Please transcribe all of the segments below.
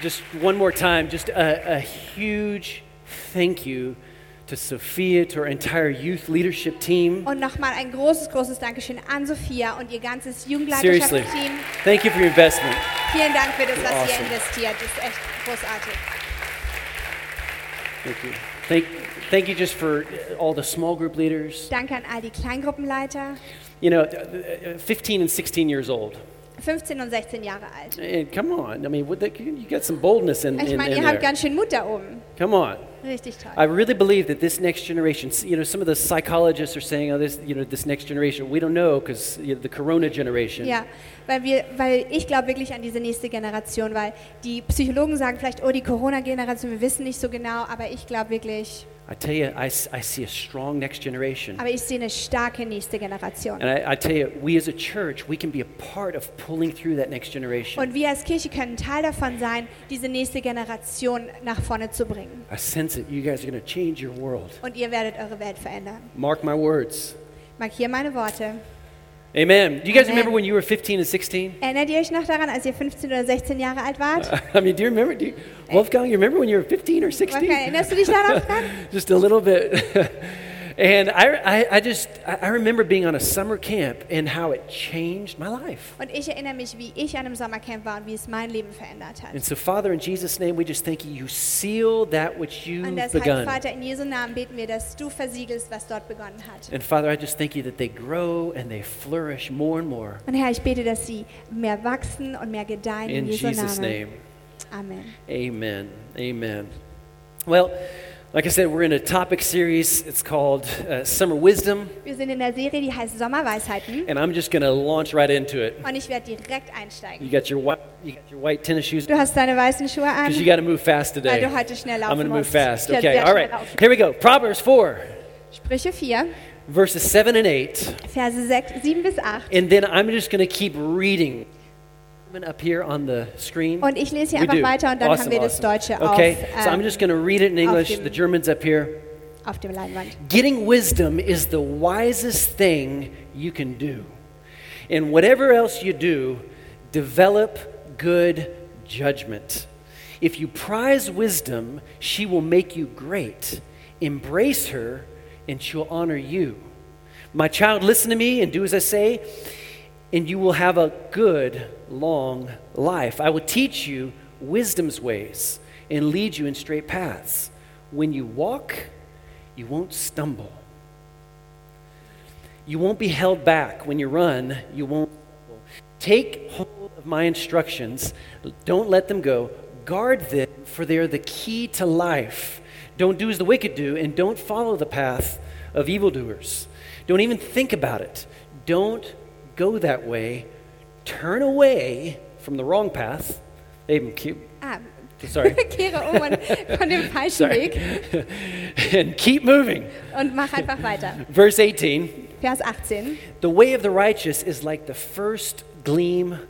just one more time, just a, a huge thank you to Sophia, to our entire youth leadership team. Und nochmal ein großes, großes Dankeschön an Sophia und ihr ganzes Seriously, Jugendleiterschaftsteam. thank you for your investment. Vielen Dank für das, was ihr Awesome. investiert. Das ist echt großartig. Thank you. Thank, thank you just for all the small group leaders. Danke an all die Kleingruppenleiter, You know, uh, 15 and 16 years old. 15 und 16 Jahre alt. And come on, I mean, what the, you got some boldness in, Ich in, meine, in ihr habt there. ganz schön Mut da oben. Come on. Richtig toll. I really believe that this next generation, s- you know, some of the psychologists are saying, oh, this, you know, this next generation, we don't know because you know, the corona generation. Ja, weil, wir, weil ich glaube wirklich an diese nächste Generation, weil die Psychologen sagen vielleicht, oh, die Corona-Generation, wir wissen nicht so genau, aber ich glaube wirklich, I tell you, I, s- I see a strong next generation. aber ich sehe eine starke nächste Generation. And I, I tell you, we as a church, we can be a part of pulling through that next generation. Und wir als Kirche können Teil davon sein, diese nächste Generation nach vorne zu bringen. I sense it. You guys are going to change your world. Und ihr werdet eure Welt verändern. Mark my words. Markier meine Worte. Amen. Do you guys Amen. remember when you were 15 and 16? Erinnert ihr euch noch daran, als ihr 15 oder 16 Jahre alt wart? I mean, do you remember? Do you, Wolfgang, you remember when you were 15 or 16? Wolfgang, erinnerst du dich daran? just a little bit. and I, I, I just, I I remember being on a summer camp and how it changed my life. Und ich erinnere mich, wie ich an einem Sommercamp war und wie es mein Leben verändert hat. And so, Father, in Jesus' name, we just thank you. You seal that which Und you've deshalb, begun. Vater, in Jesu Namen beten wir, dass du versiegelst, was dort begonnen hat. And Father, I just thank you that they grow and they flourish more and more. Und Herr, ich bete, dass sie mehr wachsen und mehr gedeihen in, In Jesu Jesus' Namen. name, Amen. amen. Amen. Well, like I said, we're in a topic series. It's called uh, Summer Wisdom. Wir sind in der Serie, die heißt Sommerweisheiten. And I'm just going to launch right into it. Und ich werde direkt You einsteigen. got your white, you got your white tennis shoes Du hast deine weißen Schuhe an. because you got to move fast today. Weil du heute schnell I'm going laufen to move musst. fast. Ja, Okay, sehr all schnell right. laufen. Here we go. Proverbs 4, Sprüche 4, verses 7 and 8. Verse 6, 7 bis 8. And then I'm just going to keep reading up here on the screen. Und ich lese hier We einfach do. weiter und dann Awesome, haben wir das awesome. Deutsche auf, Okay, so I'm ähm, just going to read it in English. dem- The German's up here. auf dem Leinwand. Getting wisdom is the wisest thing you can do. And whatever else you do, develop good judgment. If you prize wisdom, she will make you great. Embrace her, and she'll honor you. My child, listen to me and do as I say, and you will have a good, long life. I will teach you wisdom's ways and lead you in straight paths. When you walk, you won't stumble. You won't be held back when you run. You won't. stumble. Take hold of my instructions. Don't let them go. Guard them, for they are the key to life. Don't do as the wicked do, and don't follow the path of evildoers. Don't even think about it. Don't go that way. Turn away from the wrong path. Eben, keep, Ah, sorry. kehre um und von dem falschen sorry. Weg and keep moving. und mach einfach weiter. Verse 18. Vers 18. The way of the righteous is like the first gleam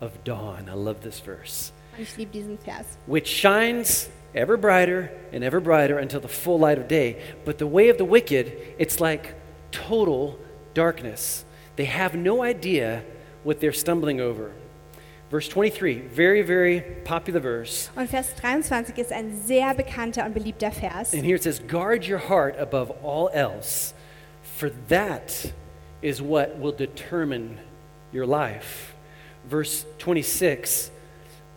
of dawn. I love this verse. Und ich liebe diesen Vers. Which shines ever brighter and ever brighter until the full light of day. But the way of the wicked, it's like total darkness. They have no idea what they're stumbling over. Verse 23, very, very popular verse. Und Vers 23 ist ein sehr bekannter und beliebter Vers. And here it says, Guard your heart above all else, for that is what will determine your life. Verse 26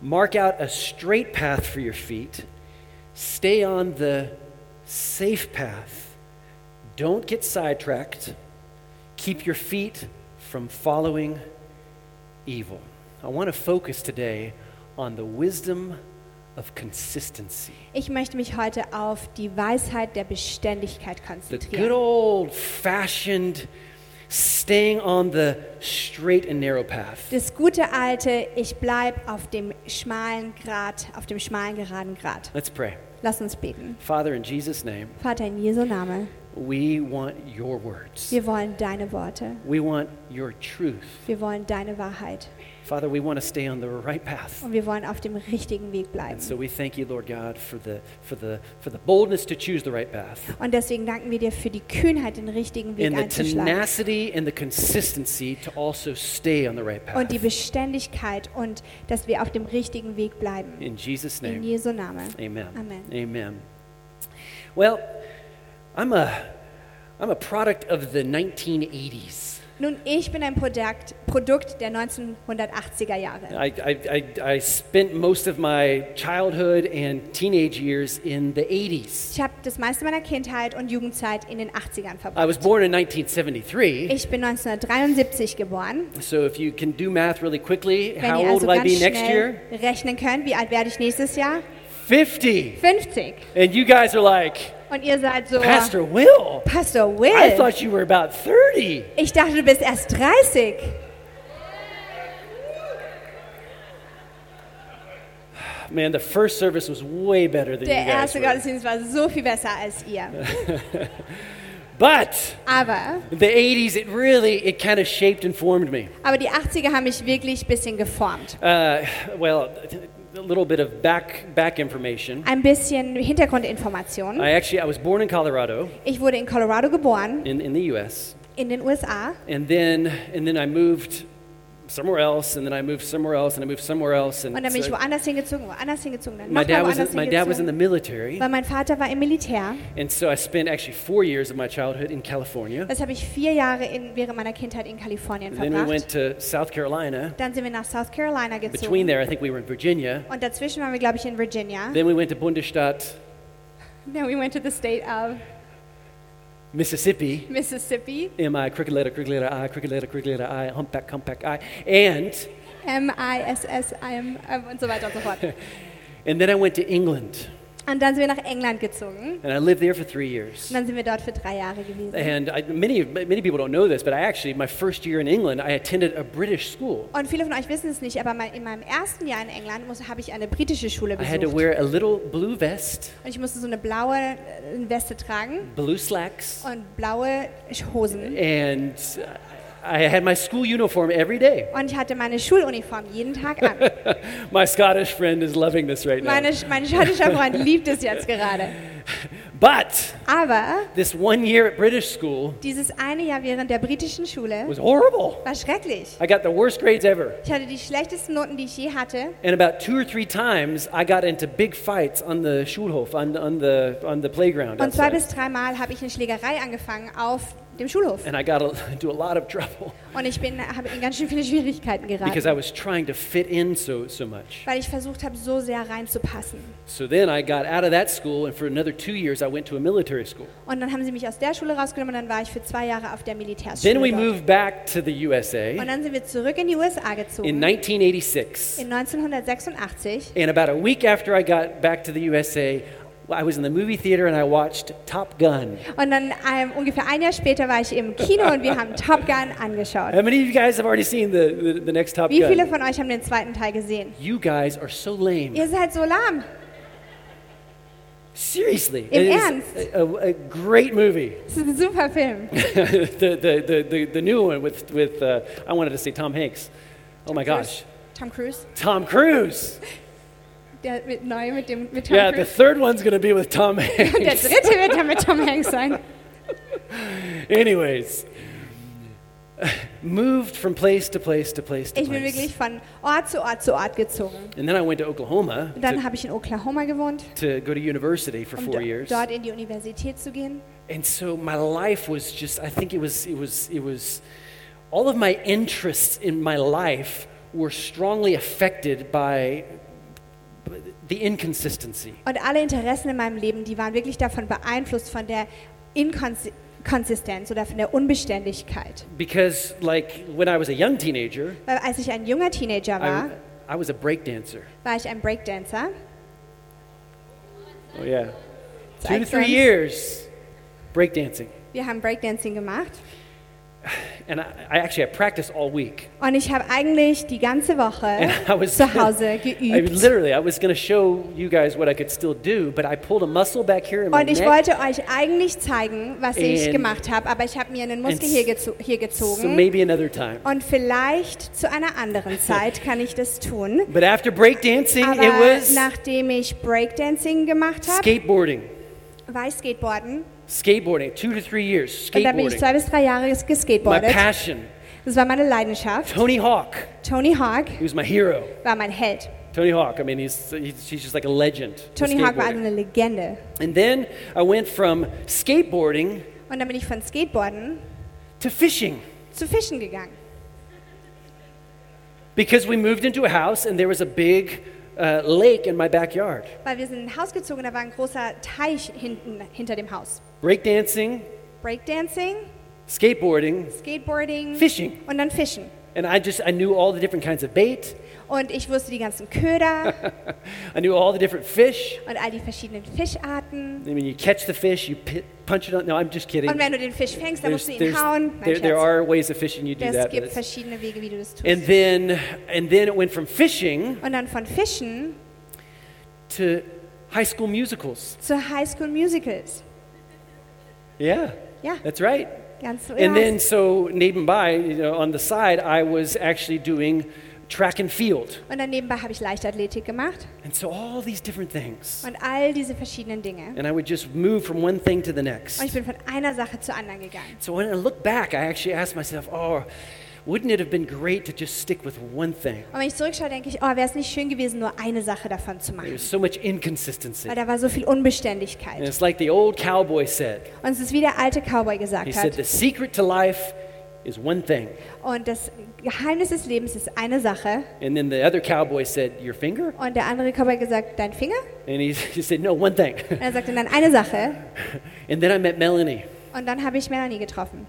Mark out a straight path for your feet, stay on the safe path, don't get sidetracked, keep your feet from following evil. I want to focus today on the wisdom of consistency. Ich möchte mich heute auf die Weisheit der Beständigkeit The good konzentrieren. old fashioned staying on the straight and narrow path. Das gute alte, ich bleib auf dem schmalen Grat, auf dem schmalen geraden Grat. Let's pray. Lass uns beten. Father, in Jesus' name, Vater in Jesu Name, we want your words. wir wollen deine Worte. We want your truth. Wir wollen deine Wahrheit. Father, we want to stay on the right path. Und wir wollen auf dem richtigen Weg bleiben. And so we thank you, Lord God, for the, for the, for the boldness to choose the right path Und deswegen danken wir dir für die Kühnheit, den richtigen Weg and the einzuschlagen. tenacity and the consistency to also stay on the right Und die path. Beständigkeit und dass wir auf dem richtigen Weg bleiben. In Jesus' In name, Jesu Name. amen. Amen. Amen. Well, I'm a, I'm a product of the 1980s. Nun, ich bin ein Produkt, Produkt der 1980er Jahre. I, I, I, I spent most of my childhood and teenage years in the 80s. Ich habe das meiste meiner Kindheit und Jugendzeit in den 80ern I verbracht. was born in 1973. Ich bin 1973 geboren. So if you can do math really quickly, Wenn how ihr old also will I ganz be next schnell year? rechnen könnt, wie alt werde ich nächstes Jahr? 50. 50. And you guys are like, Und ihr seid so, Pastor Will, Pastor I Will, thought you were about 30. ich dachte, du bist erst 30. Man, the first service was way better than Der you guys erste were. Gottesdienst war so viel besser als ihr. But Aber, the 80s, it really, it kind of shaped and formed me. aber die 80er haben mich wirklich ein bisschen geformt. Uh, well, a little bit of back, back information. Ein bisschen Hintergrundinformationen. I actually, I was born in Colorado, Ich wurde in Colorado geboren, in, in the U.S., in den USA. and then, and then I moved somewhere else, and then I moved somewhere else, and I moved somewhere else. And Und dann bin ich so- woanders hingezogen, woanders hingezogen, dann My nochmal dad was woanders in, my dad was in the hingezogen. military, Weil mein Vater war im Militär. and so I spent actually four years of my childhood in California. Das habe ich vier Jahre in, während meiner Kindheit in Kalifornien Then we went verbracht. to South Carolina. Dann sind wir nach South Carolina Between gezogen. there, I think we were in Virginia. Und dazwischen waren wir, glaube ich, in Virginia. Then we went to Bundesstaat, Then we went to the state of Mississippi. Mississippi, M I crooked letter, crooked letter I, crooked letter, crooked letter I, humpback, humpback I, and M-I-S-S-I-M ähm, und so weiter und so fort. and then I went to England, Und dann sind wir nach England gezogen. and I lived there for three years. Und dann sind wir dort für drei Jahre gewesen. And I, many many people don't know this, but I actually my first year in England, I attended a British school. Und viele von euch wissen es nicht, aber mein, in meinem ersten Jahr in England muss- habe ich eine britische Schule I had to besucht. Und wear a little blue vest, ich musste so eine blaue äh, Weste tragen blue slacks, und blaue Hosen. and I had my school uniform every day. Und ich hatte meine Schuluniform jeden Tag an. My Scottisch friend is loving this right now. Meine, mein schottischer Freund liebt es jetzt gerade. But Aber this one year at British school dieses eine Jahr während der britischen Schule was horrible. war schrecklich. I got the worst grades ever. Ich hatte die schlechtesten Noten, die ich je hatte. And about two or three times, I got into big fights on the Schulhof, on, on, the, on the playground. Und zwei outside. bis dreimal habe ich eine Schlägerei angefangen auf dem Schulhof. And I got a- into a lot of trouble Und ich bin, habe in ganz schön viele Schwierigkeiten because I geraten, was trying to fit in so, so much. weil ich versucht habe, so sehr reinzupassen. So then I got out of that school, and for another two years, I went to a military school. Und dann haben sie mich aus der Schule rausgenommen und dann war ich für zwei Jahre auf der Militärschule. Then we dort. moved back to the USA Und in dann sind wir zurück in die USA gezogen. 1986. In 1986. And about a week after I got back to the USA, I was in the movie theater and I watched Top Gun. Und dann ähm, ungefähr ein Jahr später war ich im Kino und wir haben Top Gun angeschaut. How many of you guys have already seen the, the, the next Top Wie viele Gun? von euch haben den zweiten Teil gesehen? You guys are so lame. Ihr seid so lahm. Seriously. Im it is Ernst? A, a- a great movie. Das ist ein super Oh Film. the, the, the, the, the new one with, with uh, I wanted to say Tom Hanks. Oh my gosh. Tom Cruise. Tom Cruise. Der mit, neu mit dem mit Tom Yeah, the Cruise. third one's going to be with Tom Der Hanks. dritte wird dann mit Tom Hanks sein. Anyways, moved from place to place to place to Ich bin place. wirklich von Ort zu Ort zu Ort gezogen. And then I went to Oklahoma Und to dann habe ich in Oklahoma gewohnt, to go to university for um four do years. dort in die Universität zu gehen. And so my life was just, I think it was, it was, it was, all of my interests in my life were strongly affected by the inconsistency. Und alle Interessen in meinem Leben, die waren wirklich davon beeinflusst, von der Inkonsistenz oder von der Unbeständigkeit. Because, like, when I was a young teenager, Weil als ich ein junger Teenager war, I, I was a breakdancer. war ich ein Breakdancer. Oh, yeah. It's Two to three excellent. years breakdancing. Wir haben Breakdancing gemacht. and I, I actually I practiced all week. Und ich habe eigentlich die ganze Woche And I was zu Hause I geübt. literally I was going to show you guys what I could still do, but I pulled a muscle back here in my Und ich neck. wollte euch eigentlich zeigen, was ich And- gemacht habe, aber ich habe mir einen Muskel and hier, gezo hier gezogen. So maybe another time. Und vielleicht zu einer anderen Zeit kann ich das tun. But after breakdancing, it Aber was nachdem ich Breakdancing gemacht habe, skateboarding. war ich Skateboarden. Skateboarding, two to three years. Und da bin ich Skateboarding. zwei bis drei Jahre My geskateboardet. passion. Das war meine Leidenschaft. Tony Hawk. Tony Hawk He was my hero. war mein Held. Tony Hawk. I mean, he's, he's, he's just like a legend. for Tony Hawk war also skateboarding. eine Legende. And then I went from skateboarding Und dann bin ich von Skateboarden to fishing zu Fischen gegangen. because we moved into a house and there was a big uh, lake in my backyard. Weil wir sind in ein Haus gezogen, da war ein großer Teich hinten hinter dem Haus. Breakdancing, Breakdancing, skateboarding, Skateboarding Fishing. und dann Fischen. and I just I knew all the different kinds of bait. Und ich wusste die ganzen Köder I knew all the different fish. und all die verschiedenen Fischarten. I mean, you catch the fish, you pi punch it on. No, I'm just kidding. Und wenn du den Fisch fängst, dann There's- musst du ihn there's- hauen. Nein, there, there Scherz. are ways of fishing you do Es that. but gibt it's- verschiedene Wege, wie du das And tust. then, and then it went from fishing Und dann von Fischen to high school musicals. zu High School Musicals. Yeah, Ja, that's right. ganz so. And then, ist es. so nearby, you know, on the side, I was actually doing track and field, Und dann nebenbei habe ich Leichtathletik gemacht and so all these different things. und all diese verschiedenen Dinge. And I would just move from one thing to the Und ich next. bin von einer Sache zur anderen gegangen. So when I look back, I actually asked myself, "Oh, wouldn't it have been great to just stick with one thing?" Und wenn ich zurückschaue, denke ich, oh, wäre es nicht schön gewesen, nur eine Sache davon zu machen. There's so much inconsistency. Weil And da war so viel Unbeständigkeit. it's like the old cowboy said. Und es ist wie der alte Cowboy He gesagt said, hat. "The secret to life is one thing." Und das Geheimnis des Lebens ist eine Sache. And then the other cowboy said, Your finger? Und der andere Cowboy gesagt, dein Finger? And he, he said, No, one thing. Und er sagte, nein, eine Sache. And then I met Melanie. Und dann habe ich Melanie getroffen.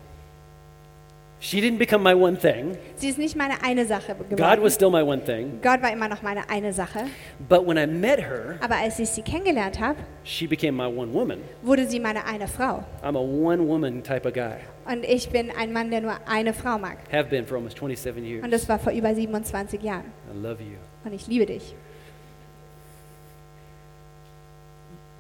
She didn't become my one thing. Sie ist nicht meine eine Sache God geworden. was still my one thing. Gott war immer noch meine eine Sache. But when I met her, Aber als ich sie kennengelernt habe, she became my one woman. wurde sie meine eine Frau. I'm a one woman type of guy. Und ich bin ein Mann, der nur eine Frau mag. Have been for almost 27 years. Und das war vor über 27 Jahren. I love you. Und ich liebe dich.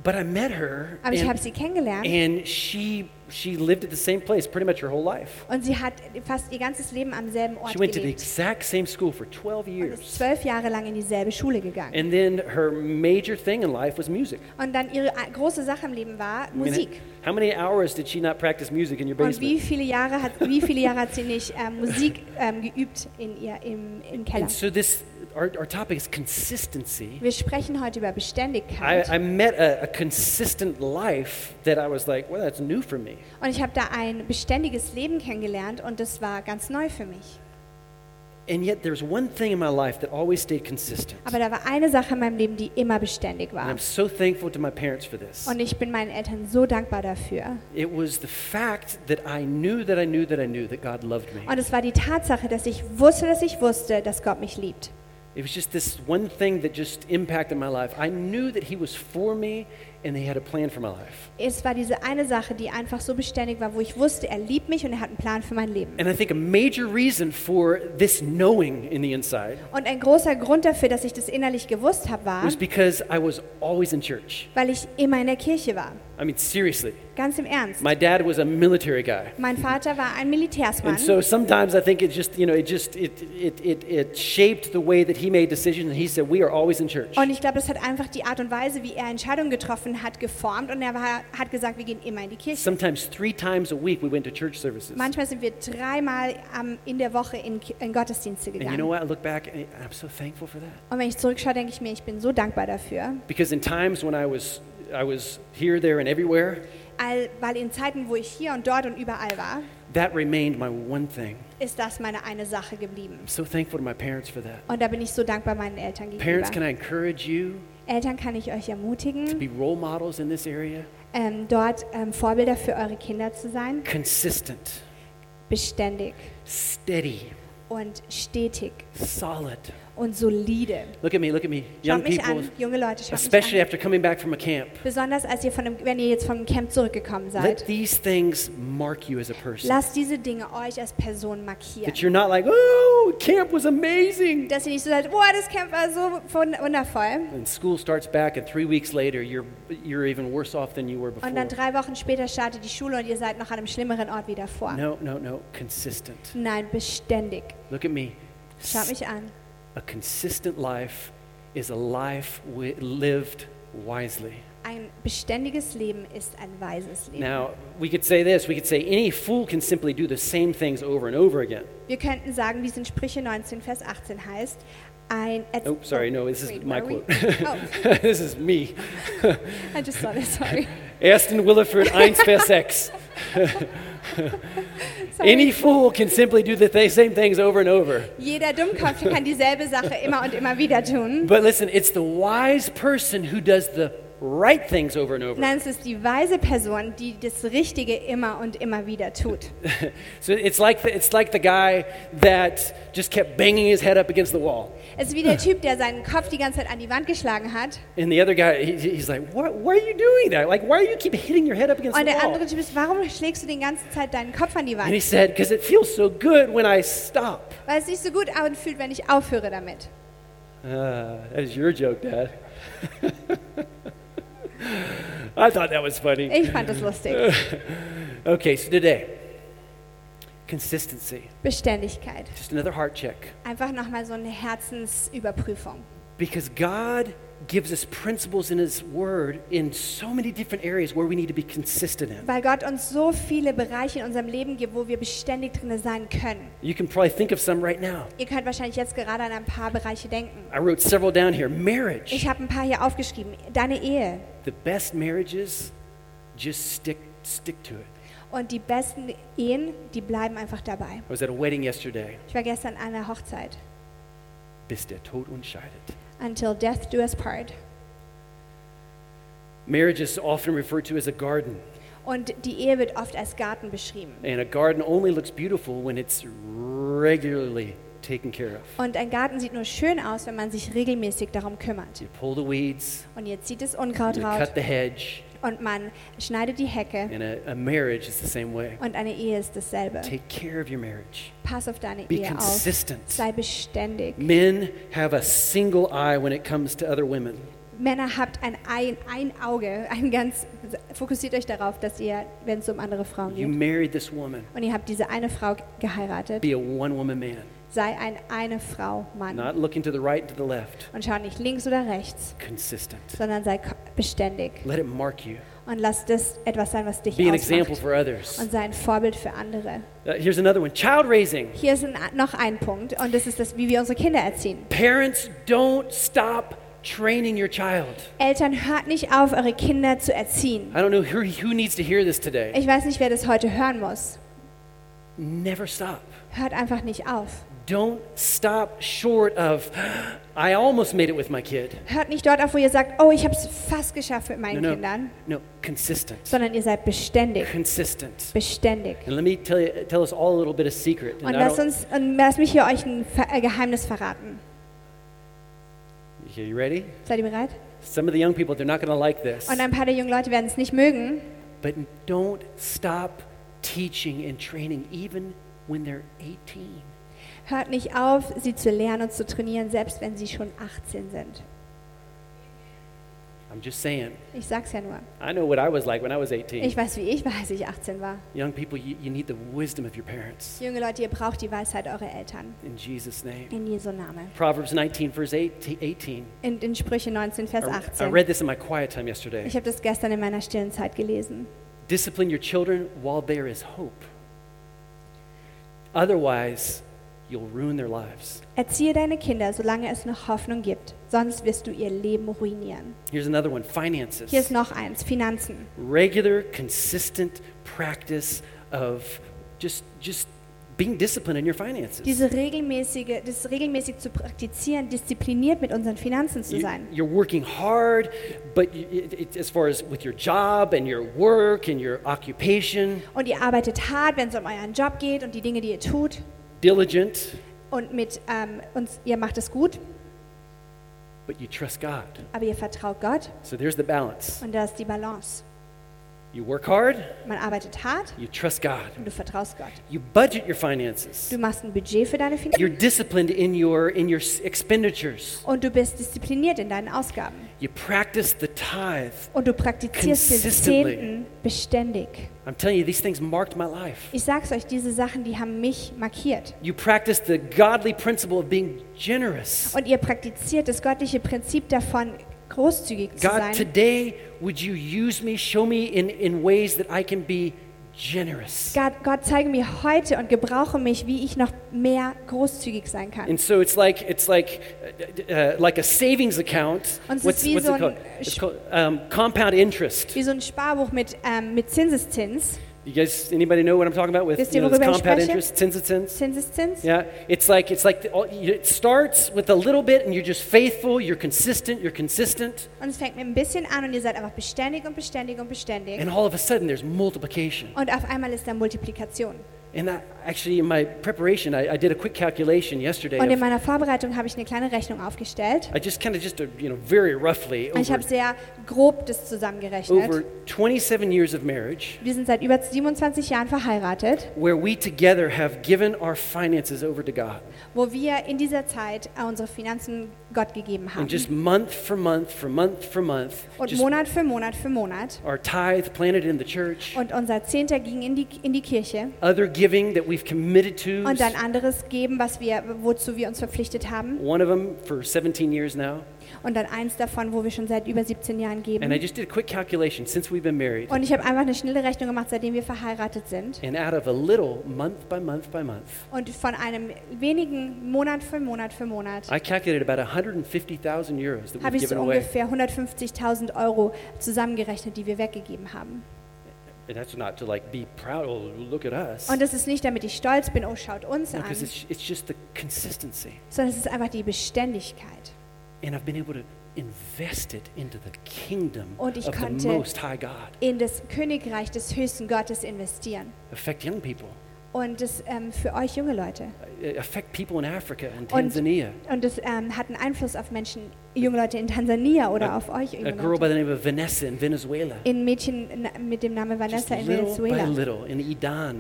But I met her, Aber ich habe and, sie kennengelernt. and she, she lived at the same place pretty much her whole life. Und sie hat fast ihr ganzes Leben am selben Ort She went to the gelebt. exact same school for 12 Und ist years. zwölf Jahre lang in dieselbe Schule gegangen. And then her major thing in life was music. Und dann ihre a- große Sache im Leben war I mean, Musik. How many hours did she not practice music in your Und basement? wie viele Jahre hat, wie viele Jahre hat sie nicht ähm, Musik ähm, geübt in ihr, im, im Keller? And so this, our, our topic is consistency. Wir sprechen heute über I, Beständigkeit. I met a, a consistent life that I was like, well, that's new for me. Und ich habe da ein beständiges Leben kennengelernt und das war ganz neu für mich. And yet there's one thing in my life that always stayed consistent. Aber da war eine Sache in meinem Leben, die immer beständig And war. I'm so thankful to my parents for this. Und ich bin meinen Eltern so dankbar dafür. It was the fact that I knew that I knew that I knew that God loved me. Und es war die Tatsache, dass ich wusste, dass ich wusste, dass Gott mich liebt. It was just this one thing that just impacted my life. I knew that He was for me and that He had a plan for my life. Es war diese eine Sache, die einfach so beständig war, wo ich wusste, er liebt mich und er hat einen Plan für mein Leben. And I think a major reason for this knowing in the inside Und ein großer Grund dafür, dass ich das innerlich gewusst habe, war, was because I was always in church. weil ich immer in der Kirche war. I mean, seriously. Ganz im Ernst. My dad was a military guy. Mein Vater war ein Militärsmann. And so sometimes I think it just, you know, it just, it, it, it, it shaped the way that he made decisions. And he said, we are always in church. Und ich glaube, das hat einfach die Art und Weise, wie er Entscheidungen getroffen hat, geformt. Und er war, hat gesagt, wir gehen immer in die Kirche. Sometimes three times a week we went to church services. And Manchmal sind wir dreimal am- in der Woche in, Ki- in Gottesdienste you know gegangen. what? I look back and I'm so thankful for that. Und wenn ich zurückschaue, denke ich mir, ich bin so dankbar dafür. Because in times when I was, I was here, there, and everywhere, All, weil in Zeiten, wo ich hier und dort und überall war, that remained my one thing. ist das meine eine Sache geblieben. I'm so thankful to my parents for that. Und da bin ich so dankbar meinen Eltern Parents, can gegenüber. I encourage you Eltern kann ich euch to ermutigen, be role models in this area? ähm, dort ähm, Vorbilder für eure Kinder zu sein. Consistent, Beständig steady, und stetig solid. und solide. Look at me, look at me. Young Schaut mich people, an, junge Leute, schaut mich especially an. after coming back from a camp, Besonders als ihr von dem, wenn ihr jetzt vom Camp zurückgekommen let seid. these things mark you as a person. Lasst diese Dinge euch als Person markieren. That you're not like, oh, camp was amazing. Dass ihr nicht so seid, wow, das Camp war so wund- wundervoll. And school starts back, and three weeks later, you're, you're even worse off than you were before. Und dann drei Wochen später startet die Schule und ihr seid noch an einem schlimmeren Ort wie davor. No, no, no. Consistent. Nein, beständig. Look at me. Schaut mich an. A consistent life is a life wi- lived wisely. Ein beständiges Leben ist ein weises Leben. Now, we could say this we could say any fool can simply do the same things over and over again. Wir könnten sagen, wie es in Sprüche 19, Vers 18 heißt, ein... Erz- Oh, sorry, no, this Wait, is my where are quote. we? Oh, this is me. I just saw this, sorry. Aston Williford, eins vers ex. sorry. Any fool can simply do the th- same things over and over. Jeder Dummkopf kann dieselbe Sache immer und immer wieder tun. But listen, it's the wise person who does the right things over and over. Nein, es ist die weise Person, die das Richtige immer und immer wieder tut. So it's like the, it's like the guy that just kept banging his head up against the wall, Es ist wie der Typ, der seinen Kopf die ganze Zeit an die Wand geschlagen hat. and the other guy he, he's like, "What? Why are you doing that? Like, why do you keep hitting your head up against Und the der andere wall?" Typ ist, warum schlägst du die ganze Zeit deinen Kopf an die And he Wand? said, "Because it feels so good when I stop." Weil es sich so gut anfühlt, wenn ich aufhöre damit. Uh, that was your joke, Dad. I thought that was funny. Ich fand das lustig. Okay, so today, consistency. Beständigkeit. Just another heart check. Einfach nochmal so eine Herzensüberprüfung. Because God gives us principles in His Word in so many different areas where we need to be consistent in. Weil Gott uns so viele Bereiche in unserem Leben gibt, wo wir beständig drin sein können. You can probably think of some right now. Ihr könnt wahrscheinlich jetzt gerade an ein paar Bereiche denken. I wrote several down here. Marriage. Ich habe ein paar hier aufgeschrieben. Deine Ehe The best marriages just stick stick to it. und die besten Ehen, die bleiben einfach dabei. I was at a wedding yesterday. Ich war gestern an einer Hochzeit. Bis der Tod uns scheidet. Until death do us part. Marriage is often referred to as a garden, Und die Ehe wird oft als Garten beschrieben. and a garden only looks beautiful when it's regularly taken care of. Und ein Garten sieht nur schön aus, wenn man sich regelmäßig darum kümmert. You pull the weeds, Und jetzt zieht es Unkraut you raus cut the hedge, und man schneidet die Hecke. and a, a marriage is the same way. Und eine Ehe ist dasselbe. Take care of your marriage. Pass auf deine Be Ehe auf. consistent. Sei beständig. Men have a single eye when it comes to other women. Männer habt ein, ein, ein Auge, ein ganz. Fokussiert euch darauf, dass ihr, wenn es um andere Frauen You geht, married this woman. und ihr habt diese eine Frau geheiratet, Be a one woman man. sei ein eine Frau Mann Not looking to the right and to the left. und schau nicht links oder rechts, Consistent. sondern sei ko- beständig Let it mark you. und lass das etwas sein, was dich Be an example ausmacht for others. und sei ein Vorbild für andere. Uh, here's another one child raising. Hier ist ein, noch ein Punkt und das ist das, wie wir unsere Kinder erziehen. Parents, don't stop training your child. Eltern, hört nicht auf, eure Kinder zu erziehen. I don't know who, who needs to hear this today. Ich weiß nicht, wer das heute hören muss. Never stop. Hört einfach nicht auf. Don't stop short of, I almost made it with my kid. Hört nicht dort auf, wo ihr sagt, oh, ich habe es fast geschafft mit meinen No, no, Kindern, no, consistent. sondern ihr seid beständig, Consistent. beständig. And let me tell, you, tell us all a little bit of secret. And Und I lasst don't- uns, und lasst mich hier euch ein Ver äh, Geheimnis verraten. Okay, you ready? Seid ihr bereit? Some of the young people, they're not going to like this. Und ein paar der jungen Leute werden es nicht mögen, But don't stop teaching and training even when they're 18. Hört nicht auf, sie zu lernen und zu trainieren, selbst wenn sie schon 18 sind. I'm just saying. Ich sag's ja nur. I know what I was like when I was 18. Ich weiß, wie ich war, als ich 18 war. Young people, you, you need the wisdom of your parents. Junge Leute, ihr braucht die Weisheit eurer Eltern. In Jesus' name. In Jesu Name. Proverbs 19, verse 8 18. In, in Sprüche 19, Vers I, I 18. read this in my quiet time yesterday. Ich habe das gestern in meiner stillen Zeit gelesen. Discipline your children while there is hope. Otherwise, you'll ruin their lives. Erziehe deine Kinder, solange es noch Hoffnung gibt. Sonst wirst du ihr Leben ruinieren. Here's another one finances. Hier ist noch eins, Finanzen. regular, consistent practice of just just being disciplined in your finances. Diese regelmäßige, das regelmäßig zu praktizieren, diszipliniert mit unseren Finanzen zu sein. You, are working hard, but you, it, it, as far as with your job and your work and your occupation, Und ihr arbeitet hart, wenn es um euren Job geht und die Dinge, die ihr tut. diligent, und mit ähm, uns, ihr macht es gut but you trust God. aber ihr vertraut Gott So there's the balance. und da ist die Balance. You work hard, Man arbeitet hart you trust God. und du vertraust Gott. You budget your finances. Du machst ein Budget für deine You're Finanzen disciplined in your in your s- expenditures. und du bist diszipliniert in deinen Ausgaben You practice the tithe. und du praktizierst den Consistently. Zehnten beständig. I'm telling you these things marked my life. Ich sag's euch, diese Sachen, die haben mich markiert. You practice the godly principle of being generous. Und ihr praktiziert das göttliche Prinzip davon, großzügig zu God, sein. today would you use me, show me in, in ways that I can be generous. Gott, Gott, zeige mir heute und gebrauche mich, wie ich noch mehr großzügig sein kann. And so it's like it's like uh, uh, like a savings account. Und es ist what's wie what's so it ein called? It's called um, compound interest. Wie so ein Sparbuch mit, ähm, mit Zinseszins. You guys, anybody know what I'm talking about with Wisst you ihr, know, this worüber ich compound spreche? interest, zinseszins? Zinseszins? Yeah, it's like it's like the, all, you- it starts with a little bit, and you're just faithful. You're consistent. You're consistent, Und es fängt mit ein bisschen an und ihr seid einfach beständig und beständig und beständig. and all of a sudden there's multiplication. Und auf einmal ist da Multiplikation. And I, actually, in my preparation, I, I did a quick calculation yesterday. Und in Of, meiner Vorbereitung habe ich eine kleine Rechnung aufgestellt. I just kind of just uh, you know very roughly Und ich Äh, over, habe sehr grob das over zusammengerechnet. 27 years of marriage, Wir sind seit über 27 Jahren verheiratet, where we together have given our finances over to God, wo wir in dieser Zeit äh, unsere Finanzen Gott gegeben haben. and just month for month, for month for month, Und just Monat für Monat für Monat. our tithe planted in the church, Und unser Zehnter ging in die, in die Kirche. other giving that we've committed to. Und dann anderes geben, was wir, wozu wir uns verpflichtet haben. one of them for 17 years now. Und dann eins davon, wo wir schon seit über 17 Jahren And I geben. just did a quick calculation since we've been married. Und ich habe einfach eine schnelle Rechnung gemacht, seitdem wir verheiratet sind. And out of a little, month by month by month, Und von einem wenigen Monat für Monat für Monat I calculated about 150,000 euros that habe we've ich given so away. ungefähr 150.000 Euro zusammengerechnet, die wir weggegeben haben. And that's not to like be proud, oh, look at us. Und das ist nicht, damit ich stolz bin, oh, schaut uns an, Because it's, it's just the consistency. sondern es ist einfach die Beständigkeit. And I've been able to invest it into the kingdom Und ich of the konnte- Most High God. In das Königreich des höchsten Gottes investieren. Affect young people. Und das ähm, für euch junge Leute. Uh, Affect people in Africa and Und- Tanzania. Und das ähm, hat einen Einfluss auf Menschen, junge Leute in Tansania oder A- auf euch A junge girl by Leute. the name of Vanessa in Venezuela. In Mädchen na- mit dem Namen Just Vanessa in little by Venezuela. little in Idan,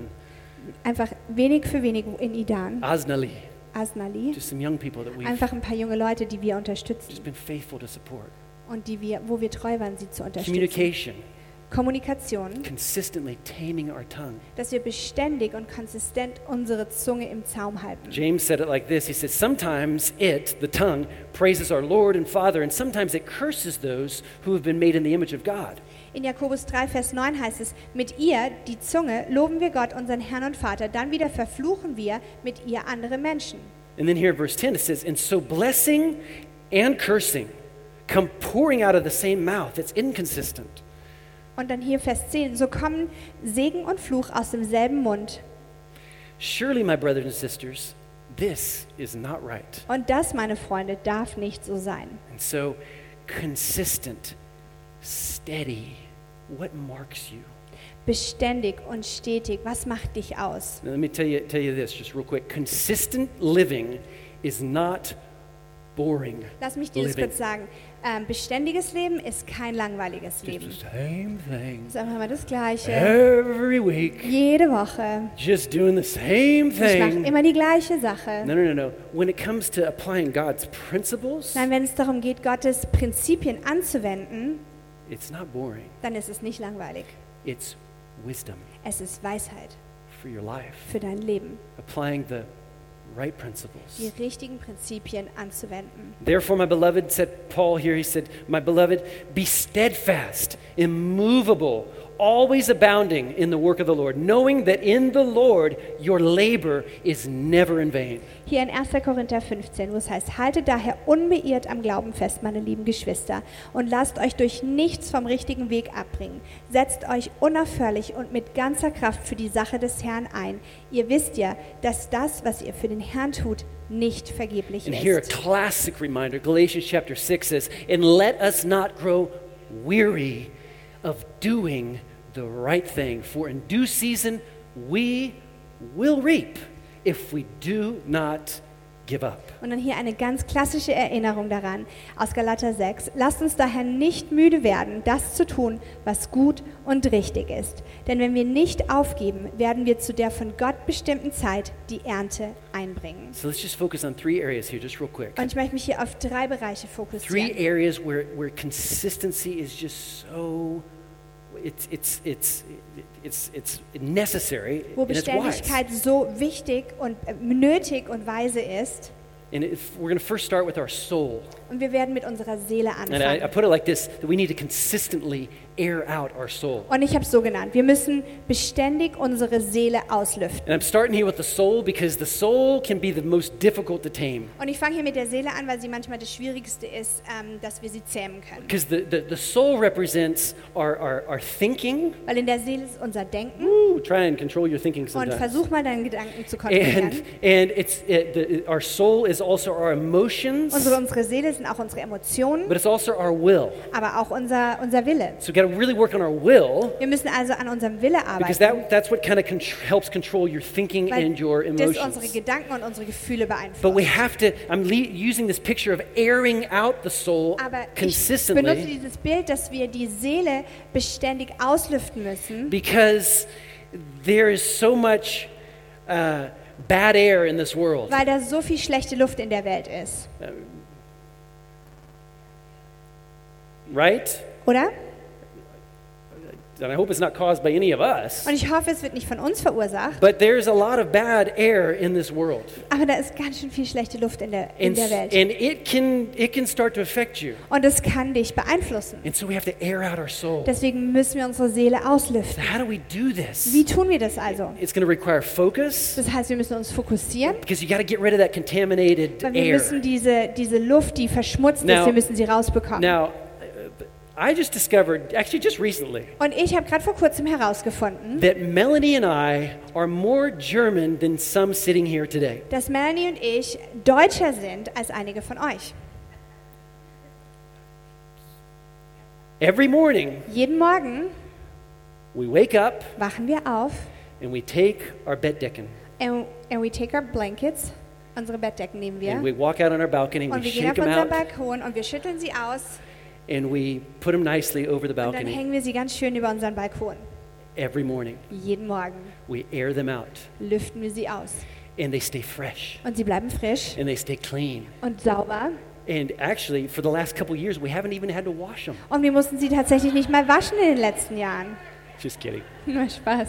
Einfach wenig für wenig in Idan, Aznali, Asnali. Ah. just some young people that we've Einfach ein paar junge Leute, die wir just unterstützen been faithful to support. und die wir, wo wir treu waren, sie zu unterstützen. Communication, Kommunikation, consistently taming our tongue. dass wir beständig und konsistent unsere Zunge im Zaum halten. James said it like this He says, Sometimes it, the tongue, praises our Lord and Father, and sometimes it curses those who have been made in the image of God. In Jakobus 3, Vers 9 heißt es, mit ihr, die Zunge, loben wir Gott, unseren Herrn und Vater, dann wieder verfluchen wir mit ihr andere Menschen. And then here, verse 10, it says, And so blessing and cursing come pouring out of the same mouth. It's inconsistent. Und dann hier Vers 10, so kommen Segen und Fluch aus demselben Mund. Surely, my brothers and sisters, this is not right. Und das, meine Freunde, darf nicht so sein. And so, consistent, steady, what marks you? Beständig und stetig, was macht dich aus? Now, let me tell you, tell you this just real quick. Consistent living is not boring. Lass mich dir das living. kurz sagen. Ähm, beständiges Leben ist kein langweiliges It's Leben. the same thing Das ist einfach immer das Gleiche. every week, Jede Woche. just doing the same Ich mache thing. immer die gleiche Sache. No, no, no, no. When it comes to applying God's principles, Nein, wenn es darum geht, Gottes Prinzipien anzuwenden, it's not boring, dann ist es nicht langweilig. it's wisdom Es ist Weisheit for your life. für dein Leben, Applying the right die principles. richtigen Prinzipien anzuwenden. Therefore, my beloved, said Paul here, he said, My beloved, be steadfast, immovable, always abounding in the work of the Lord, knowing that in the Lord your labor is never in vain. Hier in 1. Korinther 15, wo es heißt, haltet daher unbeirrt am Glauben fest, meine lieben Geschwister, und lasst euch durch nichts vom richtigen Weg abbringen. Setzt euch unaufhörlich und mit ganzer Kraft für die Sache des Herrn ein. Ihr wisst ja, dass das, was ihr für den Herrn tut, nicht vergeblich And here, a ist. classic reminder Galatians chapter 6 says, And let us not grow weary of doing the right thing, for in due season we will reap if we do not give up. Und dann hier eine ganz klassische Erinnerung daran aus Galater 6. Lasst uns daher nicht müde werden, das zu tun, was gut und richtig ist. Denn wenn wir nicht aufgeben, werden wir zu der von Gott bestimmten Zeit die Ernte einbringen. So let's just focus on three areas here, just real quick. Und ich möchte mich hier auf drei Bereiche Three fokussieren. areas where, where consistency is just so it's it's it's it's it's necessary Wo and it's wise. Beständigkeit so wichtig und äh, nötig und weise ist. And if we're going to first start with our soul. Und wir werden mit unserer Seele And I, I anfangen. put it like this that we need to consistently air out our soul. Und ich habe es so genannt. Wir müssen beständig unsere Seele auslüften. And I'm starting here with the soul because the soul can be the most difficult to tame. Und ich fange hier mit der Seele an, weil sie manchmal das Schwierigste ist, ähm, dass wir sie zähmen können. Because the, the, the soul represents our, our, our thinking. Weil in der Seele ist unser Denken. Ooh, try and control your thinking Und sometimes. versuch mal deinen Gedanken zu kontrollieren. And, and it's, it, the, our soul is also our emotions, Unsere, unsere Seele sind auch unsere Emotionen, but it's also our will. aber auch unser, unser Wille. So we've got to really work on our will Wir müssen also an unserem Wille because arbeiten, that, that's what kind of contr helps control your thinking weil and your das unsere emotions. Gedanken und unsere Gefühle But we beeinflusst. have to, I'm le- using this picture of airing out the soul Aber ich benutze consistently dieses Bild, dass wir die Seele beständig auslüften müssen, because there is so much uh, bad air in this world. weil da so viel schlechte Luft in der Welt ist. Right? Oder? And I hope it's not caused by any of us. Und ich hoffe, es wird nicht von uns verursacht, But there's a lot of bad air in this world. aber da ist ganz schön viel schlechte Luft in der, in And, der s- Welt. and it, can, it can start to affect you. Und das kann dich beeinflussen. And so we have to air out our soul. Deswegen müssen wir unsere Seele So auslüften. how do we do this? Wie tun wir das also? It's going to require focus Das heißt, wir müssen uns fokussieren, because you got to get rid of that contaminated weil wir müssen air. diese, diese Luft, die verschmutzt Now- ist, wir müssen sie rausbekommen. Now, uh, I just discovered, actually just recently, Und ich habe gerade vor kurzem herausgefunden, that Melanie and I are more German than some sitting here today. dass Melanie und ich deutscher sind als einige von euch. Every morning, Jeden Morgen we wake up wachen wir auf and we take our Bettdecken and, and we take our blankets, unsere Bettdecken nehmen wir, and we walk out on our balcony and und we wir gehen shake auf them unseren out Balkon und wir schütteln sie aus and we put them nicely over the und dann balcony. hängen wir sie ganz schön über unseren Balkon. Every morning, Jeden Morgen we air them out lüften wir sie aus and they stay fresh und sie bleiben frisch and they stay clean. und sauber. And actually, for the last couple years, we haven't even had to wash them. Und wir mussten sie tatsächlich nicht mal waschen in den letzten Jahren. Just kidding. Nur Spaß.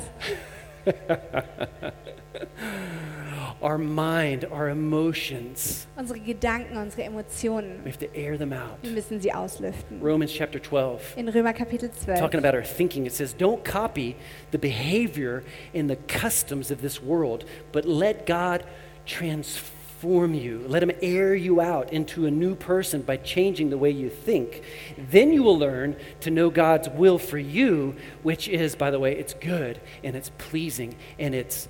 Our mind, our emotions, Unsere Gedanken, unsere Emotionen, we have to air them out. wir müssen sie auslüften. Romans chapter 12. In Römer Kapitel 12. talking about our thinking, it says, Don't copy the behavior and the customs of this world, but let God transform you. Let Him air you out into a new person by changing the way you think. Then you will learn to know God's will for you, which is, by the way, it's good and it's pleasing and it's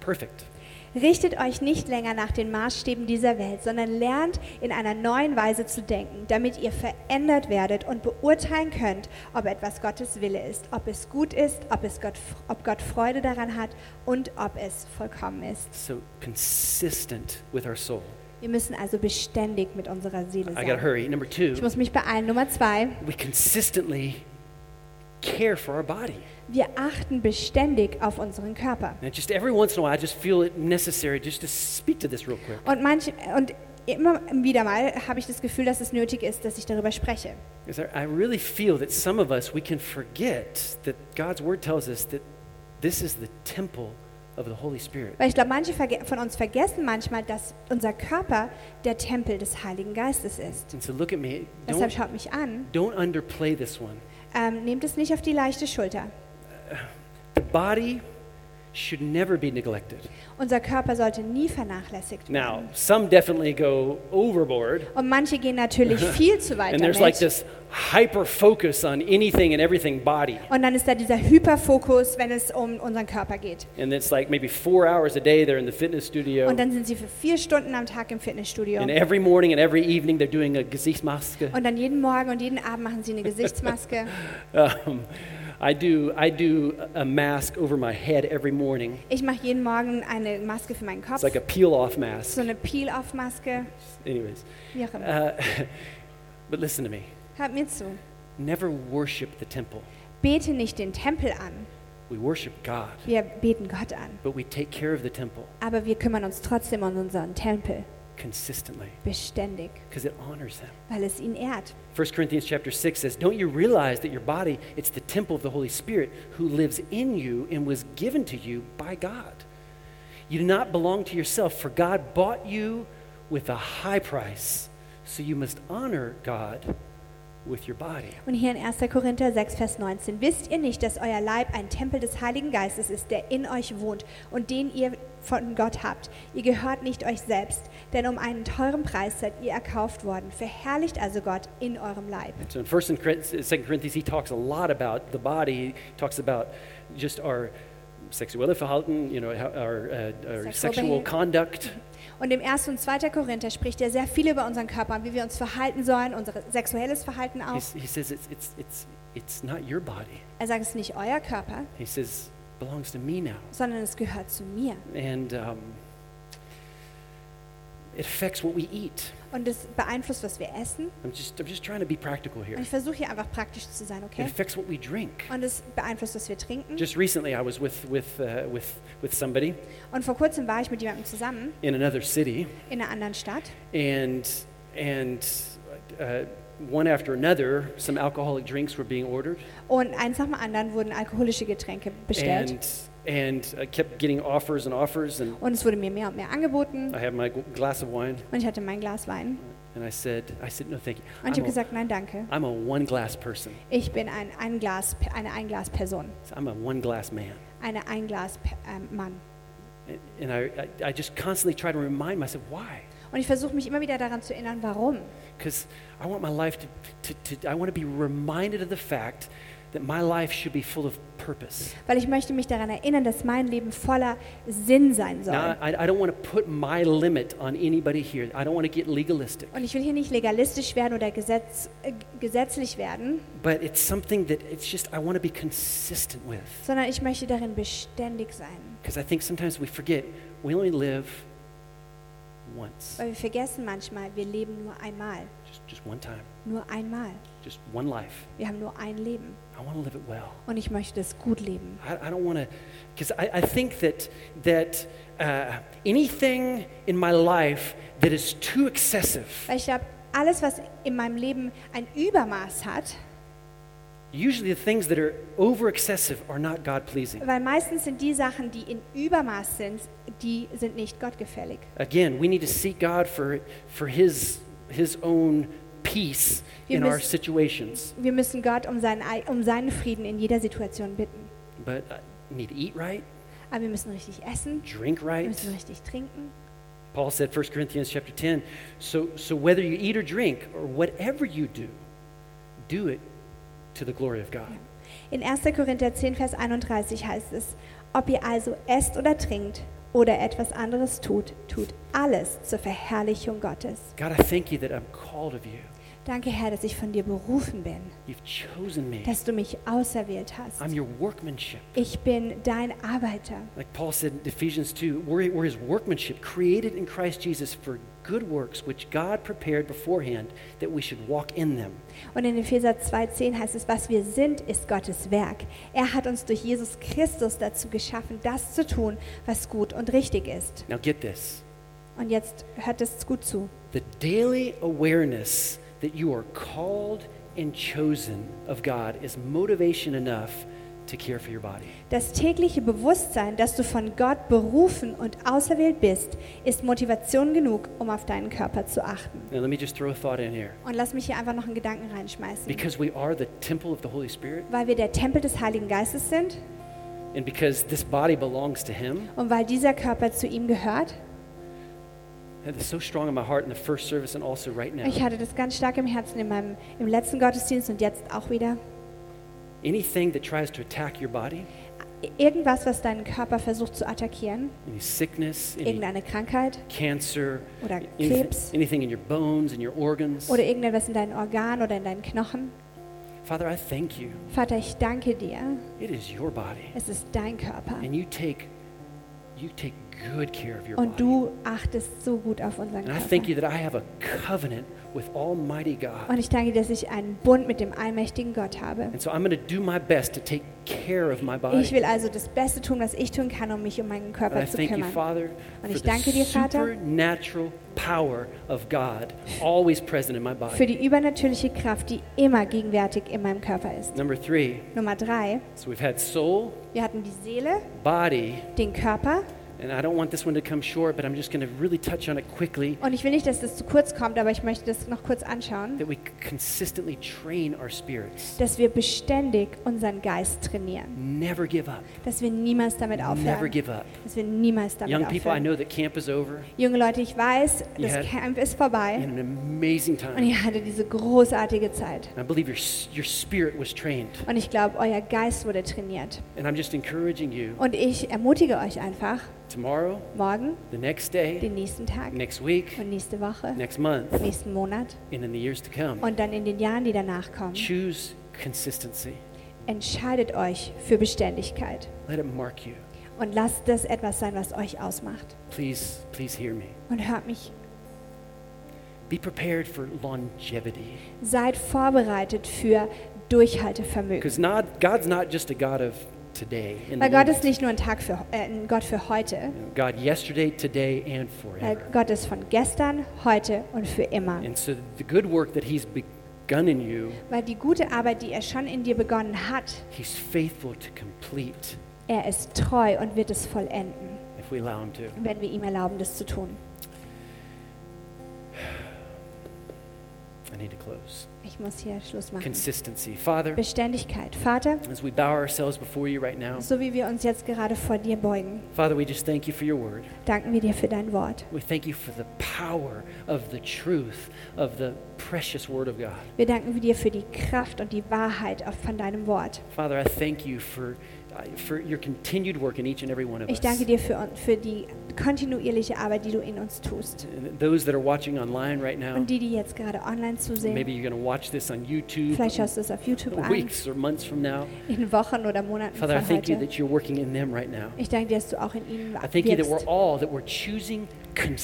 perfect. Richtet euch nicht länger nach den Maßstäben dieser Welt, sondern lernt in einer neuen Weise zu denken, damit ihr verändert werdet und beurteilen könnt, ob etwas Gottes Wille ist, ob es gut ist, ob, es Gott, ob Gott Freude daran hat und ob es vollkommen ist. So consistent with our soul. Wir müssen also beständig mit unserer Seele I gotta sein. hurry. Number Ich two, muss mich beeilen. Nummer zwei. we consistently care for our body. Wir achten beständig auf unseren Körper. And just every once in a while, I just feel it necessary just to speak to this real quick. Und, manch, und immer wieder mal habe ich das Gefühl, dass es nötig ist, dass ich darüber spreche. Because I I really feel that some of us, we can forget that God's word tells us that this is the temple of the Holy Spirit. Weil ich glaube, manche verge- von uns vergessen manchmal, dass unser Körper der Tempel des Heiligen Geistes ist. And so look at me. Deshalb Don't, schaut mich an, don't underplay this one. ähm, nehmt es nicht auf die leichte Schulter. The body should never be neglected. Unser Körper sollte nie vernachlässigt Now, werden. some definitely go overboard, Und manche gehen natürlich viel zu weit and there's like damit. this hyper focus on anything and everything body. Und dann ist da dieser Hyperfokus, wenn es um unseren Körper geht. And it's like maybe four hours a day they're in the fitness studio. Und dann sind sie für vier Stunden am Tag im Fitnessstudio. And every morning and every evening, they're doing a Gesichtsmaske. Und dann jeden Morgen und jeden Abend machen sie eine Gesichtsmaske. Um, I do, I do a mask over my head every morning. Ich mache jeden Morgen eine Maske für meinen Kopf, It's like a peel off mask. so eine Peel-Off-Maske. Anyways, Wie auch immer. uh, but listen to me. Hört mir zu. Never worship the temple. Bete nicht den Tempel an. We worship God, Wir beten Gott an. but we take care of the temple Aber wir kümmern uns trotzdem um unseren Tempel. consistently Beständig. because it honors him. Weil es ihn ehrt. 1 Corinthians chapter 6 says, "Don't you realize that your body it's the temple of the Holy Spirit who lives in you and was given to you by God? You do not belong to yourself, for God bought you with a high price, so you must honor God with your body." Und hier in 1. Korinther 6, Vers 19. Wisst ihr nicht, dass euer Leib ein Tempel des Heiligen Geistes ist, der in euch wohnt und den ihr von Gott habt? Ihr gehört nicht euch selbst, denn um einen teuren Preis seid ihr erkauft worden. Verherrlicht also Gott in eurem Leib. So in 1 and Cor- 2 Corinthians, he talks a lot about the body. He talks about just our sexuelle Verhalten, you know, how- our, uh, our Sexual sexual behavior. conduct. Und im 1. und 2. Korinther spricht er sehr viel über unseren Körper und wie wir uns verhalten sollen, unser sexuelles Verhalten auch. He's, he says it's, it's, it's, it's not your body. Er sagt, es ist nicht euer Körper, He says, belongs to me now. sondern es gehört zu mir. And um, it affects what we eat. Und es beeinflusst, was wir essen. I'm just, I'm just trying to be practical Und here. ich versuche hier einfach praktisch zu sein, It okay? Mm-hmm. affects what we drink. Und es beeinflusst, was wir trinken. Just recently, I was with, with, uh, with, with somebody Und vor kurzem war ich mit jemandem zusammen in another city, in einer anderen Stadt. and, and uh, one after another, some alcoholic drinks were being ordered. Und eins nach dem anderen wurden alkoholische Getränke bestellt. And, and I kept getting offers and offers, and und es wurde mir mehr und mehr angeboten. I had my gl- glass of wine, Und ich hatte mein Glas Wein. and I said, I said, no, thank you. Und I'm ich habe a, gesagt, nein, danke. I'm a one glass person. Ich bin ein, ein Glas, eine Einglas-Person. I'm a one glass man. Eine ähm, Einglas-Mann. And I, I, I just constantly try to remind myself why. Und ich versuche mich immer wieder daran zu erinnern, warum. Because I want my life to, to, to, I want to be reminded of the fact that my life should be full of purpose. Weil ich möchte mich daran erinnern, dass mein Leben voller Sinn sein soll. Now, I, I don't want to put my limit on anybody here. I don't want to get legalistic. Und ich will hier nicht legalistisch werden oder gesetz, äh, gesetzlich werden, But it's something that it's just, I want to be consistent with. sondern ich möchte darin beständig sein. Because I think sometimes we forget we only live once. Weil wir vergessen manchmal, wir leben nur einmal. Just, just one time. Nur einmal. Just one life. Wir haben nur ein Leben. I want to live it well. Und ich möchte es gut leben. I, I don't want to, because I, I think that that uh, anything in my life that is too excessive, Weil ich glaube, alles, was in meinem Leben ein Übermaß hat, usually the things that are over excessive are not God pleasing. weil meistens sind die Sachen, die in Übermaß sind, die sind nicht gottgefällig. Again, we need to seek God for for His His own peace Wir in our müssen- situations. Wir müssen Gott um seinen, Ei- um seinen Frieden in jeder Situation bitten. But I need to eat right, Aber wir müssen richtig essen, drink wir right. müssen richtig trinken. Paul said, 1 Corinthians chapter 10, so, so whether you eat or drink or whatever you do, do it to the glory of God. In 1. Korinther 10, Vers 31 heißt es, ob ihr also esst oder trinkt oder etwas anderes tut, tut alles zur Verherrlichung Gottes. God, I thank you that I'm called of you. Danke, Herr, dass ich von dir berufen bin, You've chosen me. dass du mich auserwählt hast. I'm your workmanship. Ich bin dein Arbeiter. Like Paul said in Ephesians 2, we're, we're his workmanship, created in Christ Jesus for good works, which God prepared beforehand that we should walk in them. Und in Epheser 2,10 heißt es, was wir sind, ist Gottes Werk. Er hat uns durch Jesus Christus dazu geschaffen, das zu tun, was gut und richtig ist. Now get this Und jetzt hört es gut zu. the daily awareness that you are called and chosen of God is motivation enough to care for your body. Das tägliche Bewusstsein, dass du von Gott berufen und auserwählt bist, ist Motivation genug, um auf deinen Körper zu achten. Now let me just throw a thought in here. Und lass mich hier einfach noch einen Gedanken reinschmeißen. Because we are the temple of the Holy Spirit, Weil wir der Tempel des Heiligen Geistes sind and because this body belongs to Him, und weil dieser Körper zu ihm gehört, That is so strong in my heart in the first service and also right now. ich hatte das ganz stark im Herzen in meinem, im letzten Gottesdienst und jetzt auch wieder, Anything that tries to attack your body, irgendwas, was deinen Körper versucht zu attackieren, any sickness, any irgendeine Krankheit cancer, oder anything, Krebs anything in your bones and your organs, oder irgendetwas in deinen Organen oder in deinen Knochen, Father, I thank you. Vater, ich danke dir. It is your body. Es ist dein Körper. And you take you take good care of your Und body. du achtest so gut auf unseren And I thank Körper. you that I have a covenant with Almighty God. Und ich danke, dir, dass ich einen Bund mit dem allmächtigen Gott habe. And so I'm going to do my best to take care of my body. Ich will also das Beste tun, was ich tun kann, um mich um meinen And I Körper zu thank you, kümmern. Father, Und for ich the danke dir, Vater. supernatural power of God always present in my Für body. die übernatürliche Kraft, die immer gegenwärtig in meinem Körper ist. Number three, Nummer drei. so we've had soul, Wir hatten die Seele, body, den Körper. and I don't want this one to come short, but I'm just going to really touch on it quickly Und ich will nicht, dass das zu kurz kommt, aber ich möchte das noch kurz anschauen. that we consistently train our spirits. Dass wir beständig unseren Geist trainieren. Never give up. Dass wir niemals damit Never aufhören. give up. Dass wir niemals damit Young people, I aufhören. know that camp is over. Junge Leute, ich weiß, You das had- Camp ist You vorbei had an amazing time. und ihr hattet diese großartige Zeit. And I believe your, s- your spirit was trained. Und ich glaube, euer Geist wurde trainiert. And I'm just encouraging you Und ich ermutige euch einfach, tomorrow, morgen, the next day, den nächsten Tag next week, und nächste Woche, next month, nächsten Monat and in the years to come. und dann in den Jahren, die danach kommen, Choose consistency. entscheidet euch für Beständigkeit. Let it mark you. Und lasst das etwas sein, was euch ausmacht. Please, please hear me. Und hört mich, Be prepared for longevity. seid vorbereitet für Durchhaltevermögen. Because not, God's not just a God of today. in the Weil Gott moment. ist nicht nur ein, Tag für, äh, ein Gott für heute, God yesterday, today, and weil forever. Gott ist von gestern, heute und für immer. And so the good work that He's begun in you, Weil die gute Arbeit, die er schon in dir begonnen hat, He's faithful to complete er ist treu und wird es vollenden, if we allow Him to. wenn wir ihm erlauben, das zu tun. I need to close. Ich muss hier Schluss machen. Consistency. Father, Beständigkeit. Vater, as we bow ourselves before you right now, so wie wir uns jetzt gerade vor dir beugen, Father, we just thank you for your word. danken wir dir für dein Wort. We thank you for the power of the truth of the precious word of God. Wir danken wir dir für die Kraft und die Wahrheit auf- von deinem Wort. Father, I thank you for, uh, for your continued work in each and every one of Ich us. danke dir für, un- für die kontinuierliche Arbeit, die du in uns tust. And Those that are watching online right now, Und die, die jetzt gerade online maybe zusehen, you're going to watch this on YouTube vielleicht schaust du es auf YouTube an, weeks or months from now. in Wochen oder Monaten Father, I von thank you heute. that you're working in them right now. Ich danke dir, dass du auch in ihnen I thank you that we're wirkst. all, that we're choosing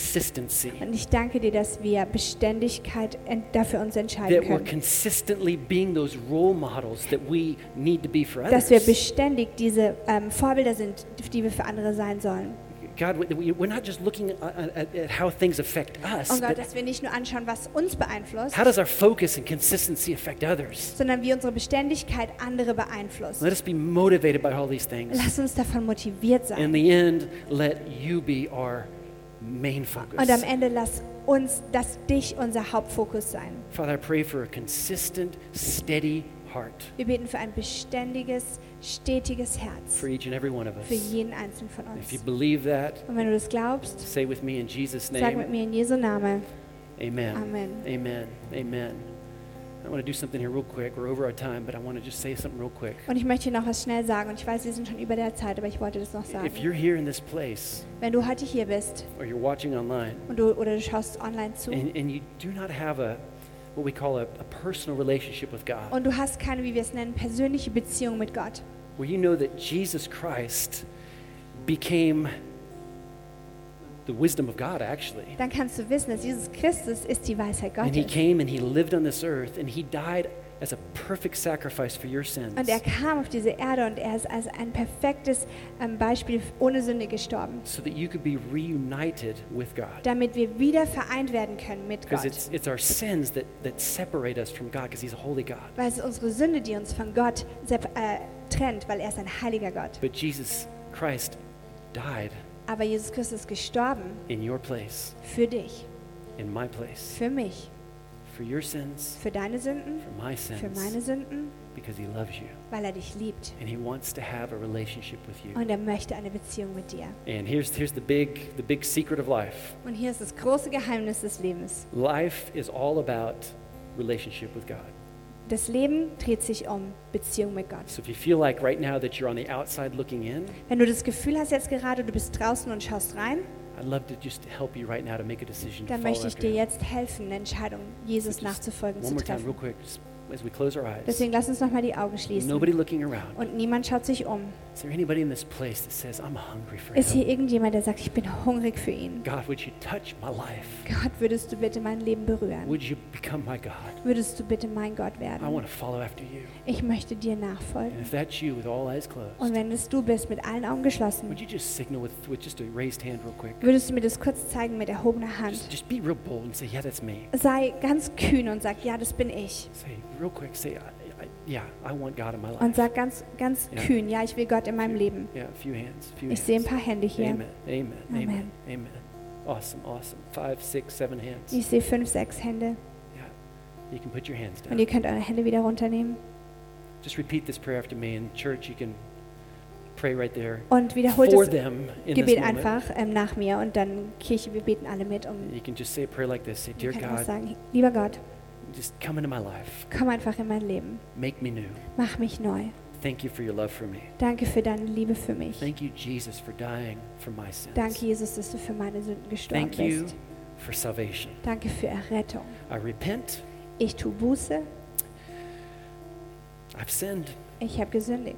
consistency, Und ich danke dir, dass wir Beständigkeit en- dafür uns entscheiden that we're können. consistently being those role models that we need to be for Dass wir others. beständig diese ähm, Vorbilder sind, die wir für andere sein sollen. God, we- we- we're not just looking at, at, at how things affect us, Und Oh Gott, but dass wir nicht nur anschauen, was uns beeinflusst, how does our focus and consistency affect others? sondern wie unsere Beständigkeit andere beeinflusst. Let us be motivated by all these things. Lass uns davon motiviert sein. In the end, let you be our main Und am focus. Ende lass uns, lass dich unser Hauptfokus sein. Father, I pray for a consistent, steady heart Wir beten für ein beständiges, stetiges Herz for each and every one of us. für jeden Einzelnen von If you uns. believe that, Und wenn du das glaubst, say with me in Jesus' sag mit name, mir in Jesu Name. Amen. Amen. Amen. Amen. I want to do something here real quick. We're over our time, but I want to just say something real quick. Und ich möchte hier noch was schnell sagen. Und ich weiß, wir sind schon über der Zeit, aber ich wollte das noch If sagen. you're here in this place Wenn du heute hier bist or you're watching online und du, oder du schaust online zu and, and you do not have a what we call a, a personal relationship with God, und du hast keine, wie wir es nennen, persönliche Beziehung mit Gott, where you know that Jesus Christ became the wisdom of God, actually. dann kannst du wissen, dass Jesus Christus ist die Weisheit And he Gottes. came and he lived on this earth and he died as a perfect sacrifice for your sins. Und er kam auf diese Erde und er ist als ein perfektes ähm, Beispiel ohne Sünde gestorben, So that you could be reunited with God. damit wir wieder vereint werden können mit Because Gott. it's, it's our sins that, that separate us from God because he's a holy God. Weil es ist unsere Sünde, die uns von Gott sep- äh, trennt, weil er ist ein heiliger Gott. But Jesus Christ died Aber Jesus Christus ist gestorben in your place, für dich, in my place, für mich, for your sins, für deine Sünden, for my für meine sins, Sünden, because he loves you weil er dich liebt. and he wants to have a relationship with you. Und er möchte eine Beziehung mit dir. And here's, here's the, big, the big secret of life Und hier ist das große Geheimnis des Lebens. life is all about relationship with God. Das Leben dreht sich um Beziehung mit Gott. So if you feel like right now that you're on the outside looking in, Wenn du das Gefühl hast jetzt gerade, du bist draußen und schaust rein, I'd love to just help you right now to make a decision to dann follow möchte ich after dir him. jetzt helfen, eine Entscheidung Jesus Just nachzufolgen one zu more time, real treffen. quick. Just as we close our eyes, Deswegen lass uns nochmal die Augen schließen. nobody looking around, Und niemand schaut sich um. is there anybody in this place that says, I'm hungry for Ist you? hier irgendjemand, der sagt, ich bin hungrig für ihn? God, would you touch my life? Gott, würdest du bitte mein Leben berühren? Would you become my God? Würdest du bitte mein Gott I werden? want to follow after you. Ich möchte dir And nachfolgen. if that's you with all eyes closed, Und wenn es du bist, mit allen Augen geschlossen, would you just signal with, with just a raised hand real quick? würdest du mir das kurz zeigen mit erhobener Just, Hand? just be real bold and say, yeah, that's me. Sei ganz kühn und sag, ja, das bin ich. Say real quick, say, I, I, yeah, I want God in my life. Und sag ganz, ganz Ja. kühn, ja, ich will Gott in meinem Leben. Yeah, a few hands. Few Ich sehe ein hands. paar Hände hier. Amen. Amen. Amen. Amen. Amen. Awesome. Awesome. Five, six, seven hands. Ich sehe fünf, sechs Hände. Yeah. You can put your hands Und down. ihr könnt eure Hände wieder runternehmen. Just repeat this prayer after me. In church, you can pray right there Und wiederholt for das them in this Gebet moment. einfach ähm, nach mir. Und dann Kirche, wir beten alle mit. Und You can just say a prayer like this. Say, Dear ihr könnt auch God, sagen, lieber Gott, just come into my life. komm einfach in mein Leben. Make me new. Mach mich neu. Thank you for your love for me. Danke für deine Liebe für mich. Thank you, Jesus, for dying for my sins. Danke, Jesus, dass du für meine Sünden gestorben Thank you bist. for salvation. Danke für Errettung. I repent. Ich tue Buße. I've sinned. Ich habe gesündigt.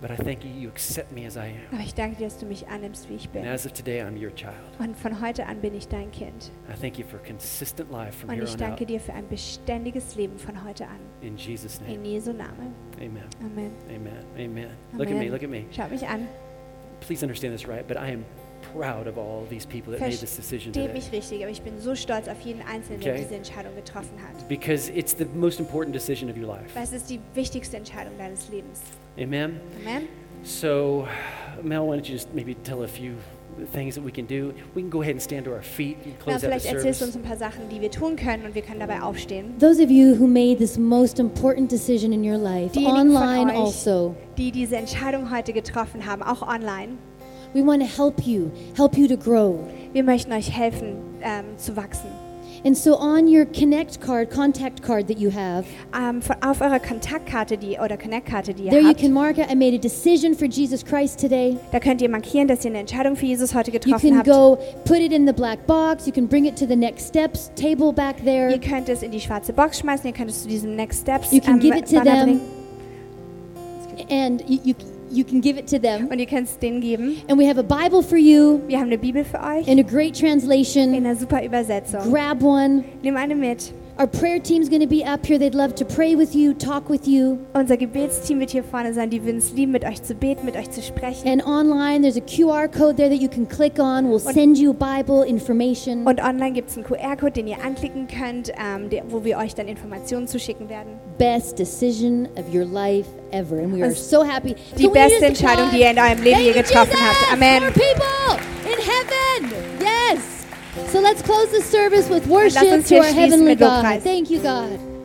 But I thank you, you accept me as I am. Aber ich danke dir, dass du mich annimmst, wie ich And bin. as of today, I'm your child. Und von heute an bin ich dein Kind. I thank you for consistent life from Und here ich on out. danke dir für ein beständiges Leben von heute an. In Jesus' In name. Jesu Namen. Amen. Amen. Amen. Amen. Look at me. Amen. Look at me. Schaut mich an. Please understand this right, but I am proud of all these people that made this decision Versteht today. mich richtig, aber ich bin so stolz auf jeden Einzelnen, der Okay. diese Entscheidung getroffen hat. Because it's the most important decision of your life. Weil es ist die wichtigste Entscheidung deines Lebens. Amen. Amen. So, Mel, why don't you just maybe tell a few things that we can do? We can go ahead and stand to our feet and Mel, close out the vielleicht erzählst du uns service. ein paar Sachen, die wir tun können und wir können dabei aufstehen. Those of you who made this most important decision in your life, Diejenigen online von euch, also, die diese Entscheidung heute getroffen haben, auch online, we want to help you, help you to grow. wir möchten euch helfen, ähm, zu wachsen. And so on your Connect card, contact card that you have, Ähm, von, auf eurer Kontaktkarte die, oder Connect-Karte, die there ihr you habt, can mark it. I made a decision for Jesus Christ today. da könnt ihr markieren, dass ihr eine Entscheidung für Jesus heute You getroffen can habt. go put it in the black box. You can bring it to the next steps table back Ihr there. könnt es in die schwarze Box schmeißen, ihr könnt es zu diesem Next Steps You ähm, can give it to Banner them. bringen And you, you, you can give it to them. und ihr könnt es denen geben. And we have a Bible for you Wir haben eine Bibel für euch and a great in translation. einer super Übersetzung. Grab one. Nimm eine mit. Our prayer team's going to be up here. They'd love to pray with you, talk with you. Unser Gebetsteam wird hier vorne sein, die würden es lieben, mit euch zu beten, mit euch zu sprechen. And online, there's a QR code there that you can click on. We'll send you Bible information. Und online gibt es einen QR-Code, den ihr anklicken könnt, ähm, der, wo wir euch dann Informationen zuschicken werden. Best decision of your life ever. And we are Und so happy. die Can we beste just Entscheidung, applaud? die ihr in eurem Leben Thank je you, getroffen Jesus, habt. Amen. for people in heaven. Yes. So let's close the service with worship uns hier to our schließen heavenly mit God. Lobpreis. Thank you, God.